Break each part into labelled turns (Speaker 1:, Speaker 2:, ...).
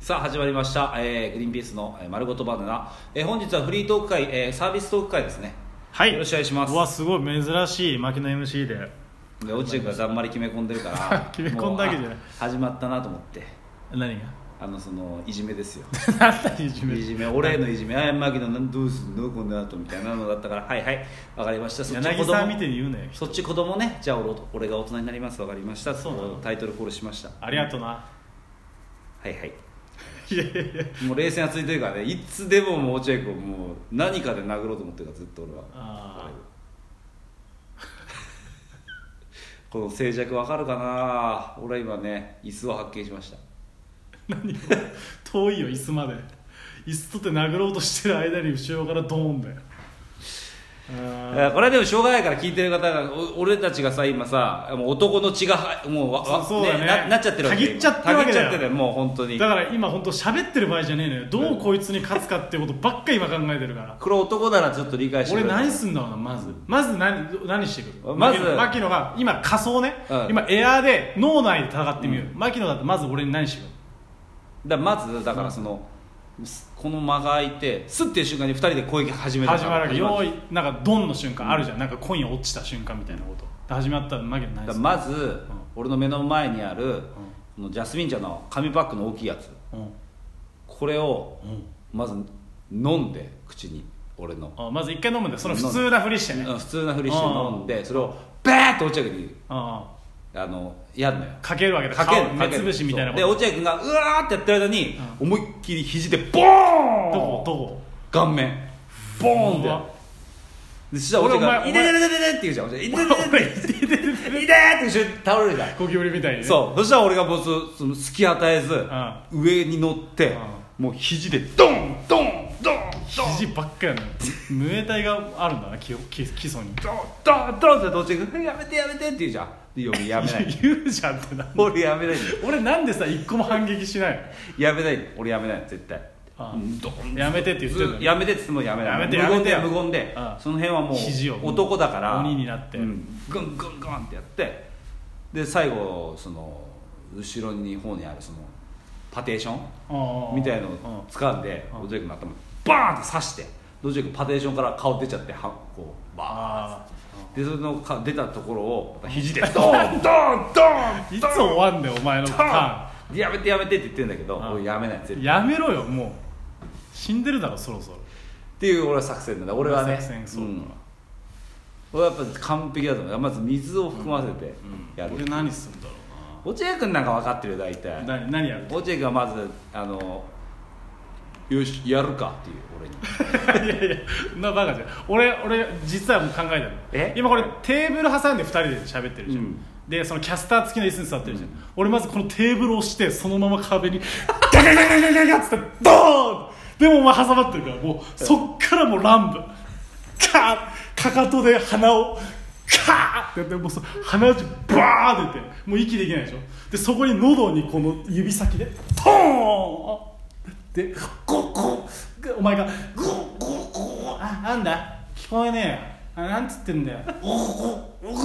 Speaker 1: さあ始まりました、えーグリーンピースのえー丸ごとバナナ、えー本日はフリートーク会、えーサービストーク会ですね
Speaker 2: はい
Speaker 1: よろしくお願いします
Speaker 2: うわすごい珍しい負けの MC で
Speaker 1: で落ちてくがだんまり決め込んでるから
Speaker 2: 決め込んだわけじゃない
Speaker 1: もうあ始まったなと思って
Speaker 2: 何が
Speaker 1: あのそのいじめですよ
Speaker 2: 何だいじめ
Speaker 1: いじめ俺へのいじめあやまきのなんどうすんのこんな後みたいなのだったからはいはいわかりましたそっち
Speaker 2: 柳
Speaker 1: 子
Speaker 2: 沢
Speaker 1: 供
Speaker 2: 見て言うなよ
Speaker 1: そっち子供ねじゃあ俺俺が大人になりますわかりました
Speaker 2: そうなの
Speaker 1: タイトルコールしました
Speaker 2: ありがとうな
Speaker 1: はいはい
Speaker 2: いやいやいや
Speaker 1: もう冷戦がついてるからねいつでももう落合君をもう何かで殴ろうと思ってるからずっと俺は
Speaker 2: あ
Speaker 1: この静寂わかるかな俺は今ね椅子を発見しました
Speaker 2: ー何 遠いよ椅子まで椅子取って殴ろうとしてる間に後ろからドーンだよあ
Speaker 1: えーこれはでもしょうがないから聞いてる方がお俺たちがさ今さもう男の血がはもうわわ
Speaker 2: そうそうだね
Speaker 1: ななっちゃってるわけ
Speaker 2: たぎっちゃってるわけだよ
Speaker 1: たぎっちゃってるもう本当
Speaker 2: ー
Speaker 1: に
Speaker 2: だから今本当喋ってる場合じゃねえのよどうこいつに勝つかってことばっか今考えてるから
Speaker 1: これ男ならちょっと理解して
Speaker 2: 俺
Speaker 1: くれ
Speaker 2: 何すんだろうなまずまず何何してくる
Speaker 1: まず
Speaker 2: 牧野が今仮想ね、
Speaker 1: うん
Speaker 2: 今エアーで脳内で戦ってみよう、牧野だってまず俺に何してくる
Speaker 1: だからまずだからその、すこの間が空いてスッていう瞬間に2人で攻撃始めた
Speaker 2: 始まるわけ
Speaker 1: ま
Speaker 2: よーいなんかドンの瞬間あるじゃん、なんかコイン落ちた瞬間みたいなことで始まったらマギのない
Speaker 1: だか
Speaker 2: で
Speaker 1: ら
Speaker 2: す
Speaker 1: まず、俺の目の前にある、このジャスミン茶の紙パックの大きいやつ
Speaker 2: うんうん
Speaker 1: これをまず飲んで口に俺の、
Speaker 2: あまず一回飲むんだよその普通なふりしてね、
Speaker 1: う
Speaker 2: あ
Speaker 1: ん普通なふりして飲んでそれをバーッと落合君に
Speaker 2: あ
Speaker 1: あのやるのよ
Speaker 2: かけるわけだ
Speaker 1: かける
Speaker 2: 顔目つぶしみたいなこ
Speaker 1: そう
Speaker 2: と
Speaker 1: で落合君がうわーってやってる間に、思いっきり肘でボ
Speaker 2: どこ
Speaker 1: ーン
Speaker 2: どこ
Speaker 1: 顔面ボーンっ
Speaker 2: う
Speaker 1: て
Speaker 2: わ
Speaker 1: でそしたら落合君
Speaker 2: 俺お
Speaker 1: が「
Speaker 2: 前
Speaker 1: いててててて」って言うじゃん落合いてててててていてーって一緒に倒れるじゃん
Speaker 2: ゴキブリみたいにね
Speaker 1: そうそしたら俺がもうそその隙与えず、上に乗って、もう肘でドンドンドンドン
Speaker 2: 肘ばっかやねムエタイがあるんだな基基基礎に
Speaker 1: ドンドンドンってどっち行くや めてやめてって言うじゃんでいや俺やめない
Speaker 2: 言うじゃんってなんで
Speaker 1: 俺やめない
Speaker 2: 俺なんでさ一個も反撃しないの
Speaker 1: やめない俺やめない絶対
Speaker 2: ああ
Speaker 1: うんドン
Speaker 2: やめてって言ってるのに
Speaker 1: やめてって言ってもやめない
Speaker 2: やめて
Speaker 1: 無言で
Speaker 2: やめてよ
Speaker 1: 無言で
Speaker 2: ああ
Speaker 1: その辺はも
Speaker 2: 肘を
Speaker 1: う男だから
Speaker 2: 鬼になって
Speaker 1: うんグングングンってやってで最後その後ろに方にあるそのパテーション
Speaker 2: ああ
Speaker 1: みたいの
Speaker 2: うん
Speaker 1: を掴んでドジェイ君の頭にバーンって刺してドジェイ君パテーションから顔出ちゃってはこうバ
Speaker 2: あ
Speaker 1: ーンってでそのか出たところをまた肘 でドンドンド
Speaker 2: あ
Speaker 1: ン
Speaker 2: いつ
Speaker 1: ドン
Speaker 2: 終わんだよお前のターン
Speaker 1: ドンやめてやめてって言ってんだけど
Speaker 2: あ
Speaker 1: 俺やめない絶対
Speaker 2: やめろよもう死んでるだろそろそろ
Speaker 1: っていう俺は作戦なんだ俺はね
Speaker 2: 作戦そうだな
Speaker 1: 俺はやっぱ完璧だと思うまず水を含ませてやる
Speaker 2: 俺何すんだろ
Speaker 1: 落合君なんか分かってるよ大
Speaker 2: う
Speaker 1: 体
Speaker 2: な何何やる
Speaker 1: 落合君はまずあのよしやるかっていう俺に
Speaker 2: いやいやそんなバカじゃん俺俺実はもう考えたの
Speaker 1: え
Speaker 2: 今これテーブル挟んで2人で喋ってるじゃん、
Speaker 1: うん
Speaker 2: でそのキャスター付きの椅子に座ってるじゃん、俺まずこのテーブルを押してそのまま壁にガガガガガガガッつってドーンでもお前挟まってるからもうそっからもう乱舞カーかかとで鼻をカーってやってもうそ鼻打ちバーってやってもう息できないでしょでそこに喉にこの指先でトーンでゴッゴッお前がゴッゴッゴッあなんだ聞こえねえよあなんつってんだよおごごおごご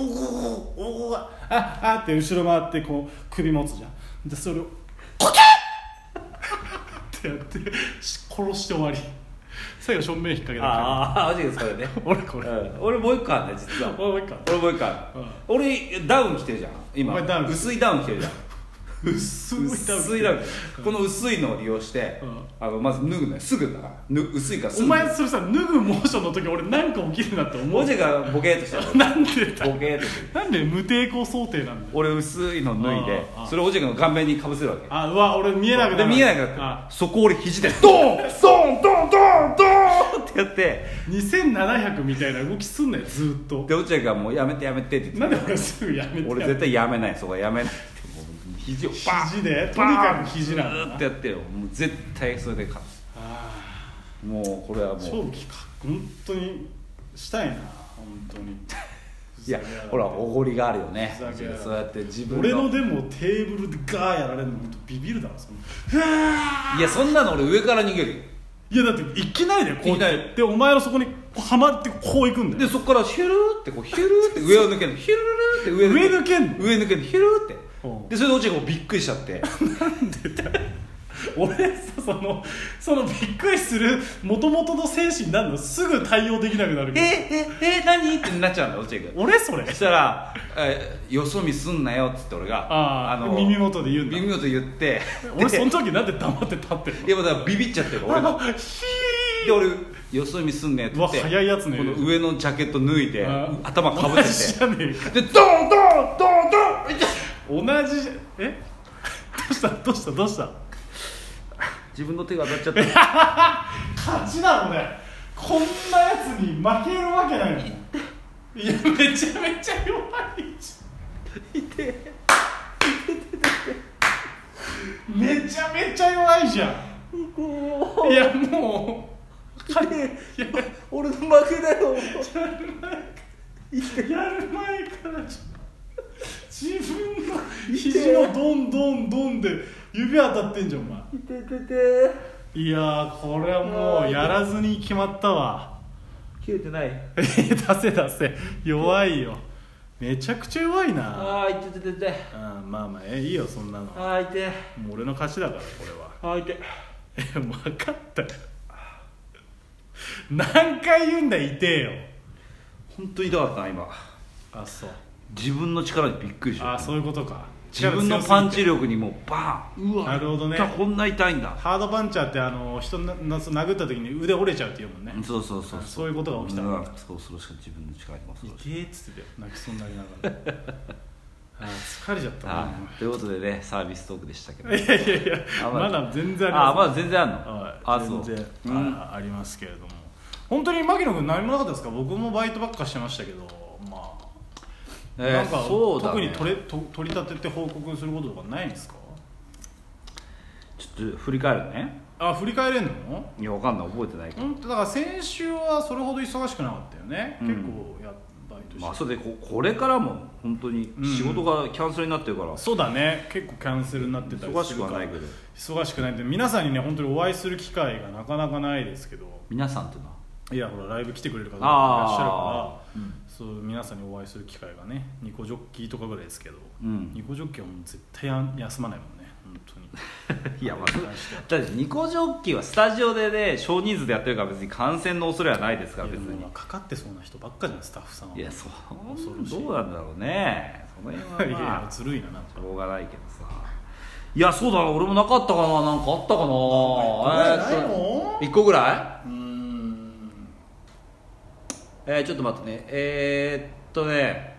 Speaker 2: おごごああって後ろ回ってこう首持つじゃんでそれをコケッってやってし殺して終わり最後正面引っ掛けたから
Speaker 1: ああ落合君それね
Speaker 2: 俺これ
Speaker 1: うん俺もう一個あんね実 は
Speaker 2: 俺もう一個あん
Speaker 1: 俺もう一個ある
Speaker 2: うん
Speaker 1: 俺ダウン着てるじゃん今
Speaker 2: お前ダウン
Speaker 1: 薄いダウン着てるじゃん
Speaker 2: 薄
Speaker 1: 薄いダウンこの薄いのを利用して、
Speaker 2: うん
Speaker 1: あのまず脱ぐのよすぐだからぬ薄いからす
Speaker 2: お
Speaker 1: ぐ
Speaker 2: 前それさ脱ぐモーションの時俺なんか起きるなって思
Speaker 1: 文
Speaker 2: う
Speaker 1: 字がボケーっとしたの
Speaker 2: なんで だ
Speaker 1: ボケーっとしてる
Speaker 2: なんで無抵抗想定なんだよ
Speaker 1: 俺薄いの脱いで
Speaker 2: あーあー
Speaker 1: それを落合君の顔面にかぶせるわけ
Speaker 2: あうわ俺見えなくな
Speaker 1: で見えない
Speaker 2: く
Speaker 1: からそこ俺肘でドンドンドンドンドンってやって
Speaker 2: 2700みたいな動きすんなよずーっと
Speaker 1: で落合君がもうやめてやめてって言
Speaker 2: な
Speaker 1: っ
Speaker 2: ん
Speaker 1: て
Speaker 2: で俺すぐやめて
Speaker 1: 俺絶対やめないそこはやめないってもう肘をバーン
Speaker 2: 肘でと
Speaker 1: バー
Speaker 2: に
Speaker 1: ン
Speaker 2: かく肘なん
Speaker 1: ずー
Speaker 2: だ
Speaker 1: っ
Speaker 2: な
Speaker 1: とやってよもう絶対それで勝つ
Speaker 2: あ
Speaker 1: もうこれはも
Speaker 2: ー勝
Speaker 1: う
Speaker 2: 負きか本当にしたいな本当に
Speaker 1: いやほらおごりがあるよね
Speaker 2: ふざけやがって
Speaker 1: そうやって自分の
Speaker 2: 俺のでもテーブルでガーやられるの本当ビビるだろその
Speaker 1: いやそんなの俺上から逃げるよ
Speaker 2: いやだっていきないだよこう
Speaker 1: いきなり
Speaker 2: でお前のそこにはまってこういくんだよ
Speaker 1: でそこからヒュルーってこうヒュルーって上を抜けるのヒュルルルーって上
Speaker 2: 上抜けんの
Speaker 1: 上抜けるのヒュルーって
Speaker 2: うん
Speaker 1: でそれで落合君もびっくりしちゃって
Speaker 2: 俺さそのそのびっくりするもともとの精神になるのすぐ対応できなくなる
Speaker 1: え
Speaker 2: けど
Speaker 1: ええ何ってなっちゃうんだよ落合君
Speaker 2: 俺それ
Speaker 1: そしたらえー「よそ見すんなよ」っつって俺が
Speaker 2: ああ耳元で言うんだ
Speaker 1: 耳元で言って
Speaker 2: 俺その時なんで黙って立ってるの
Speaker 1: いやもうだからビビっちゃってる俺が
Speaker 2: あひ
Speaker 1: で俺よそ見すんねえって言って
Speaker 2: うわ早いやつね
Speaker 1: この上のジャケット脱いで
Speaker 2: ー
Speaker 1: 頭かぶって
Speaker 2: 同じじゃねえか
Speaker 1: てでドンドンドンドン痛っ
Speaker 2: 同じじゃえどうしたどうしたどうした
Speaker 1: 自分の手が当たっちゃ った
Speaker 2: 勝ちだろねこんなやつに負けるわけないもんいやめちゃめちゃ弱いじゃんめちゃめちゃ弱いじゃんいやもう彼や
Speaker 1: 俺の負けだよ
Speaker 2: やる前からちょ自分の肘のドンドンドンで指当たってんじゃんお前
Speaker 1: 痛い痛い痛い
Speaker 2: いやーこれはもうやらずに決まったわ
Speaker 1: 切れてない
Speaker 2: え 出せ出せ弱いよめちゃくちゃ弱いな
Speaker 1: あー痛い痛い痛い
Speaker 2: うんまあまあえいいよそんなのも
Speaker 1: あー痛いう
Speaker 2: 俺の勝ちだからこれは
Speaker 1: あー痛い
Speaker 2: え分かったよ 何回言うんだ痛えよ
Speaker 1: 本当に痛かったな今
Speaker 2: あそう
Speaker 1: 自分の力にびっくりした
Speaker 2: あそういうことか
Speaker 1: 自分のパン
Speaker 2: 力
Speaker 1: チ力にもうバーンうわ
Speaker 2: なるほどね
Speaker 1: こんな痛いんだ
Speaker 2: ハードパンチャーってあの人なな殴った時に腕折れちゃうって言うもんね
Speaker 1: そうそうそう
Speaker 2: そういうことが起きた
Speaker 1: うんそうそれしか自分の力にもそう
Speaker 2: 痛
Speaker 1: し
Speaker 2: えっつってたよ泣きそうになりながら あー疲れちゃったな
Speaker 1: はいということでねサービストークでしたけど
Speaker 2: いやいやいや
Speaker 1: あ
Speaker 2: まだ全然
Speaker 1: あ
Speaker 2: あり
Speaker 1: ま
Speaker 2: ま
Speaker 1: だ
Speaker 2: す
Speaker 1: 全然あんの
Speaker 2: はい
Speaker 1: あそう
Speaker 2: 全然
Speaker 1: うん
Speaker 2: あありますけれども本当に牧野君何もなかったですか僕もバイトばっかしてましたけどまあ、
Speaker 1: えー
Speaker 2: なんか
Speaker 1: そうだ
Speaker 2: 特
Speaker 1: ね
Speaker 2: に取れと取り立てて報告することとかないんですか
Speaker 1: ちょっと振り返るね
Speaker 2: あ振り返れんの
Speaker 1: いやわかんない覚えてないけど
Speaker 2: 本当だから先週はそれほど忙しくなかったよね、
Speaker 1: うん
Speaker 2: 結構やバイトして、
Speaker 1: まあそれでここれからも本当に
Speaker 2: うん
Speaker 1: 仕事がキャンセルになってるから
Speaker 2: そうだね結構キャンセルになってたり
Speaker 1: 忙し
Speaker 2: す
Speaker 1: く
Speaker 2: る
Speaker 1: は
Speaker 2: から
Speaker 1: ないけど
Speaker 2: 忙しくないんで皆さんにね本当にお会いする機会がなかなかないですけど
Speaker 1: 皆さんっていうのはい
Speaker 2: やほらライブ来てくれる方もいらっしゃる
Speaker 1: あ
Speaker 2: から
Speaker 1: あうん
Speaker 2: そう皆さんにお会いする機会がねニコジョッキーとかぐらいですけど、
Speaker 1: うん
Speaker 2: ニコジョッキーはもう絶対や休まないもんね本当 に
Speaker 1: いやまあ
Speaker 2: あれに関しては
Speaker 1: だってニコジョッキーはスタジオでね少人数でやってるから別に感染の恐れはないですから
Speaker 2: いや
Speaker 1: 別
Speaker 2: もう
Speaker 1: に
Speaker 2: かかってそうな人ばっかじゃんスタッフさんはい
Speaker 1: や
Speaker 2: い
Speaker 1: そう
Speaker 2: 恐ろしい
Speaker 1: どうなんだろうねその
Speaker 2: や
Speaker 1: 辺
Speaker 2: い
Speaker 1: は、ま
Speaker 2: や
Speaker 1: あ、し
Speaker 2: ずるいななんか
Speaker 1: ょうがないけどさいやそうだな俺もなかったかななんかあったかな
Speaker 2: ないの
Speaker 1: 1個ぐら
Speaker 2: うーん
Speaker 1: いえー、ちょっと待ってねえー、っとね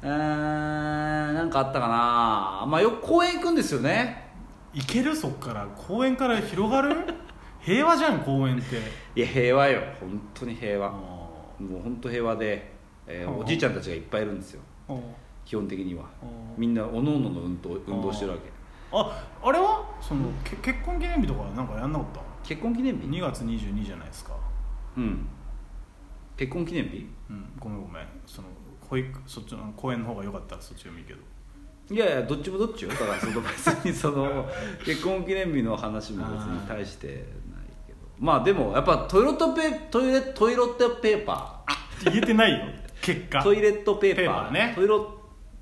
Speaker 1: うーんなんかあったかなまあよく公園行くんですよね
Speaker 2: いけるそっから公園から広がる 平和じゃん公園って
Speaker 1: いや平和よ本当に平和も
Speaker 2: あ
Speaker 1: う本当平和で、えー
Speaker 2: うん
Speaker 1: おじいちゃんたちがいっぱいいるんですよ
Speaker 2: ー
Speaker 1: 基本的には
Speaker 2: うん
Speaker 1: みんなおのおのの運動運動してるわけ
Speaker 2: ああれはそのけ結婚記念日とかなんかやんなかった
Speaker 1: 結婚記念日
Speaker 2: 2月22じゃないですか
Speaker 1: うん結婚記念日
Speaker 2: うんごめんごめんその保育そっちの公園の方が良かったらそっちでもいいけど
Speaker 1: いやいやどっちもどっちよだからその別にそ の結婚記念日の話も別に対してないけどまあでもやっぱトイレットペトイレトイレットペーパ
Speaker 2: 言えてないよ結
Speaker 1: ー
Speaker 2: 果
Speaker 1: トイレットペーパー
Speaker 2: ペーパーね
Speaker 1: トイレ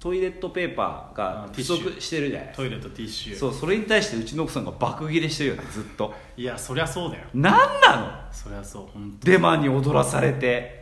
Speaker 1: トイレットペーパー
Speaker 2: あ
Speaker 1: が
Speaker 2: ーティ
Speaker 1: 不
Speaker 2: ッシュ
Speaker 1: 足してるじゃないです
Speaker 2: ト
Speaker 1: か
Speaker 2: イレとティッシュ
Speaker 1: そうそれに対してうちの奥さんが爆切れしてるよねずっと
Speaker 2: いやそりゃそうだよ
Speaker 1: 何なの
Speaker 2: そりゃそう本
Speaker 1: デマに踊らされて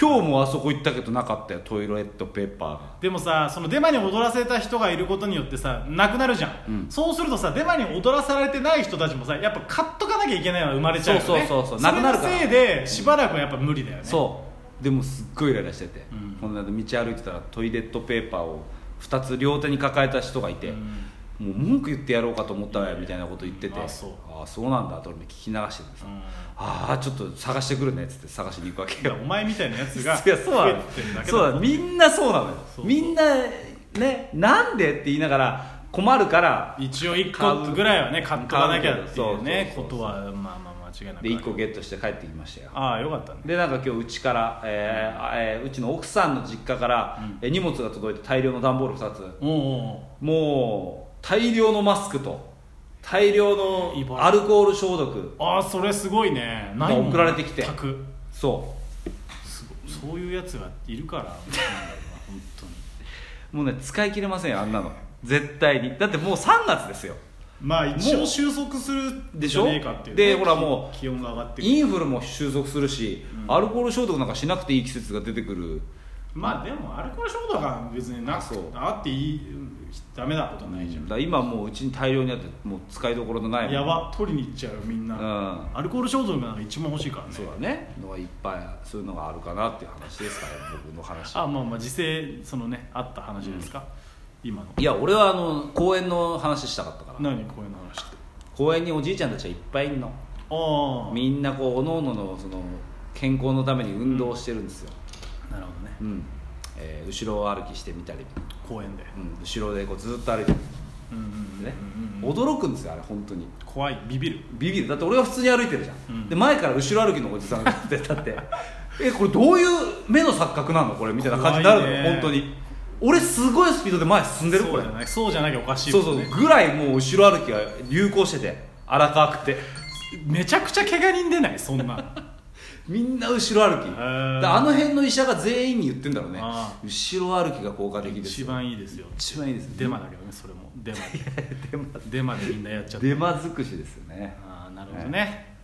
Speaker 1: 今日もあそこ行ったけどなかったよトイレットペーパーが
Speaker 2: 当でもさそのデマに踊らせた人がいることによってさなくなるじゃん、
Speaker 1: うん
Speaker 2: そうするとさデマに踊らされてない人たちもさやっぱ買っとかなきゃいけないのは生まれちゃうよね
Speaker 1: そうそうそうそうなくなるから
Speaker 2: それのせいでしばらくはやっぱ無理だよね
Speaker 1: そうでもすっごいイライラしてて、
Speaker 2: うん
Speaker 1: こんな道歩いてたらトイレットペーパーを2つ両手に抱えた人がいて、
Speaker 2: うん
Speaker 1: もう文句言ってやろうかと思ったわよみたいなこと言ってて、
Speaker 2: うんあそう
Speaker 1: あそうなんだと俺も聞き流しててさ、
Speaker 2: うん
Speaker 1: ああちょっと探してくるねっつって探しに行くわけ
Speaker 2: いや
Speaker 1: よ
Speaker 2: お前みたいなやつが
Speaker 1: いやそうなの
Speaker 2: 増えてんだけど
Speaker 1: そうなのみんなそうなのよ
Speaker 2: そうそう
Speaker 1: みんなねなんでって言いながら困るから
Speaker 2: 一応一個ぐらいはね買っとかなきゃっていうね
Speaker 1: 買うけどそうそうそうそう
Speaker 2: ことはまあまあ間違いなく
Speaker 1: で1個ゲットして帰ってきましたよ
Speaker 2: ああよかったね
Speaker 1: でなんか今日うちから、えーあえーうちの奥さんの実家から、えー荷物が届いて大量の段ボール2つ
Speaker 2: おうおう
Speaker 1: もう大量のマスクと大量の
Speaker 2: 茨
Speaker 1: アルコール消毒
Speaker 2: おうああそれすごいねないもん
Speaker 1: 送られてきて
Speaker 2: 全く
Speaker 1: そ
Speaker 2: すごそういうやつがいる からなんだろうな本当に
Speaker 1: うもうね使い切れませんよあんなの絶対にだってもう3月ですよ
Speaker 2: まあ一
Speaker 1: も
Speaker 2: 応
Speaker 1: う
Speaker 2: 収束する
Speaker 1: でし
Speaker 2: じゃ
Speaker 1: ょ
Speaker 2: ねえかっていう、
Speaker 1: でほらもう
Speaker 2: 気温が上がってくる
Speaker 1: インフルも収束するし、アルコール消毒なんかしなくていい季節が出てくる
Speaker 2: まあでもアルコール消毒は別になく
Speaker 1: そう
Speaker 2: あっていいダメなことはないじゃん、
Speaker 1: だから今もううちに大量にあってもう使いどころのないもの
Speaker 2: やば取りに行っちゃうみんな、
Speaker 1: うん
Speaker 2: アルコール消毒なんか一番欲しいからね
Speaker 1: そうだねのがいっぱいそういうのがあるかなっていう話ですから僕の話
Speaker 2: あまあまあ時勢そのねあった話ですか、今の
Speaker 1: いや俺はあの公園の話したかったから
Speaker 2: 何こういうの話って
Speaker 1: 公園におじいちゃんたちがいっぱいいんの
Speaker 2: ああ
Speaker 1: みんなこうおのおののその健康のために運動をしてるんですよ、
Speaker 2: なるほどね
Speaker 1: うんえー後ろ歩きしてみたり、
Speaker 2: 公園で、
Speaker 1: うん、後ろでこうずっと歩いてる
Speaker 2: うんうん
Speaker 1: ね
Speaker 2: うんうん
Speaker 1: 驚くんですよあれ本当に
Speaker 2: 怖いビビる
Speaker 1: ビビるだって俺は普通に歩いてるじゃん、
Speaker 2: うん
Speaker 1: で前から後ろ歩きのおじさんが立ってたって えこれどういう目の錯覚なのこれみたいな感じになるの
Speaker 2: 怖い
Speaker 1: よ
Speaker 2: ね
Speaker 1: 本当に俺すごいスピードで前進んでるこ
Speaker 2: そう
Speaker 1: れ
Speaker 2: じゃないそうじゃなきゃおかしい
Speaker 1: そう
Speaker 2: も
Speaker 1: そ
Speaker 2: ん
Speaker 1: う
Speaker 2: ね
Speaker 1: ぐらいもう後ろ歩きが流行してて荒川区って
Speaker 2: めちゃくちゃ怪我人出ないそんな
Speaker 1: みんな後ろ歩き
Speaker 2: ー
Speaker 1: だあの辺の医者が全員に言ってんだろうね
Speaker 2: あ
Speaker 1: 後ろ歩きが効果的です
Speaker 2: 一
Speaker 1: よ
Speaker 2: 番いいですよ
Speaker 1: 一番いいですね
Speaker 2: デマだけどねそれもデマで
Speaker 1: デマ
Speaker 2: デマでみんなやっちゃって
Speaker 1: デマ尽くしですよね
Speaker 2: ああなるほどね、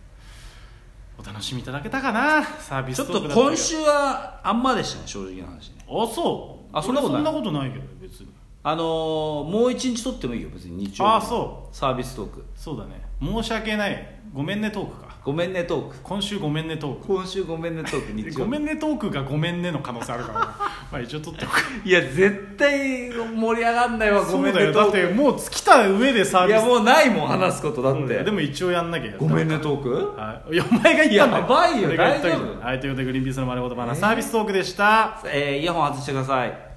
Speaker 2: お楽しみいただけたかなサービス
Speaker 1: ちょっ
Speaker 2: トー
Speaker 1: と
Speaker 2: クだたけど
Speaker 1: 今週はあんまでしたね正直な話ね
Speaker 2: あそう
Speaker 1: あそんなことない
Speaker 2: 俺そんなことないけど別に
Speaker 1: あのーもう一日撮ってもいいよ別に日曜日
Speaker 2: あそう
Speaker 1: サービストーク
Speaker 2: そうだね申し訳ないごめんねトークか
Speaker 1: ごめんねトーク
Speaker 2: 今週ごめんねトーク
Speaker 1: 今週ごめんねトー ク日曜日
Speaker 2: ごめんねトークがごめんねの可能性あるから まあ一応取っておく
Speaker 1: いや絶対盛り上がんないわごめん
Speaker 2: そうだ
Speaker 1: ね
Speaker 2: よだ
Speaker 1: ト
Speaker 2: っ
Speaker 1: ー
Speaker 2: てもう尽きた上でサー
Speaker 1: クい
Speaker 2: ビ
Speaker 1: や
Speaker 2: ス
Speaker 1: もうないもん話すことだって、
Speaker 2: でも一応やんなきゃ
Speaker 1: ごめんねトーク
Speaker 2: はいいやお前が言ったんだ
Speaker 1: やばいよ
Speaker 2: 俺が言ったけど
Speaker 1: 大丈夫
Speaker 2: はいということでグリーンピースの丸ごとバナサービストークでした
Speaker 1: えーイヤホン外してください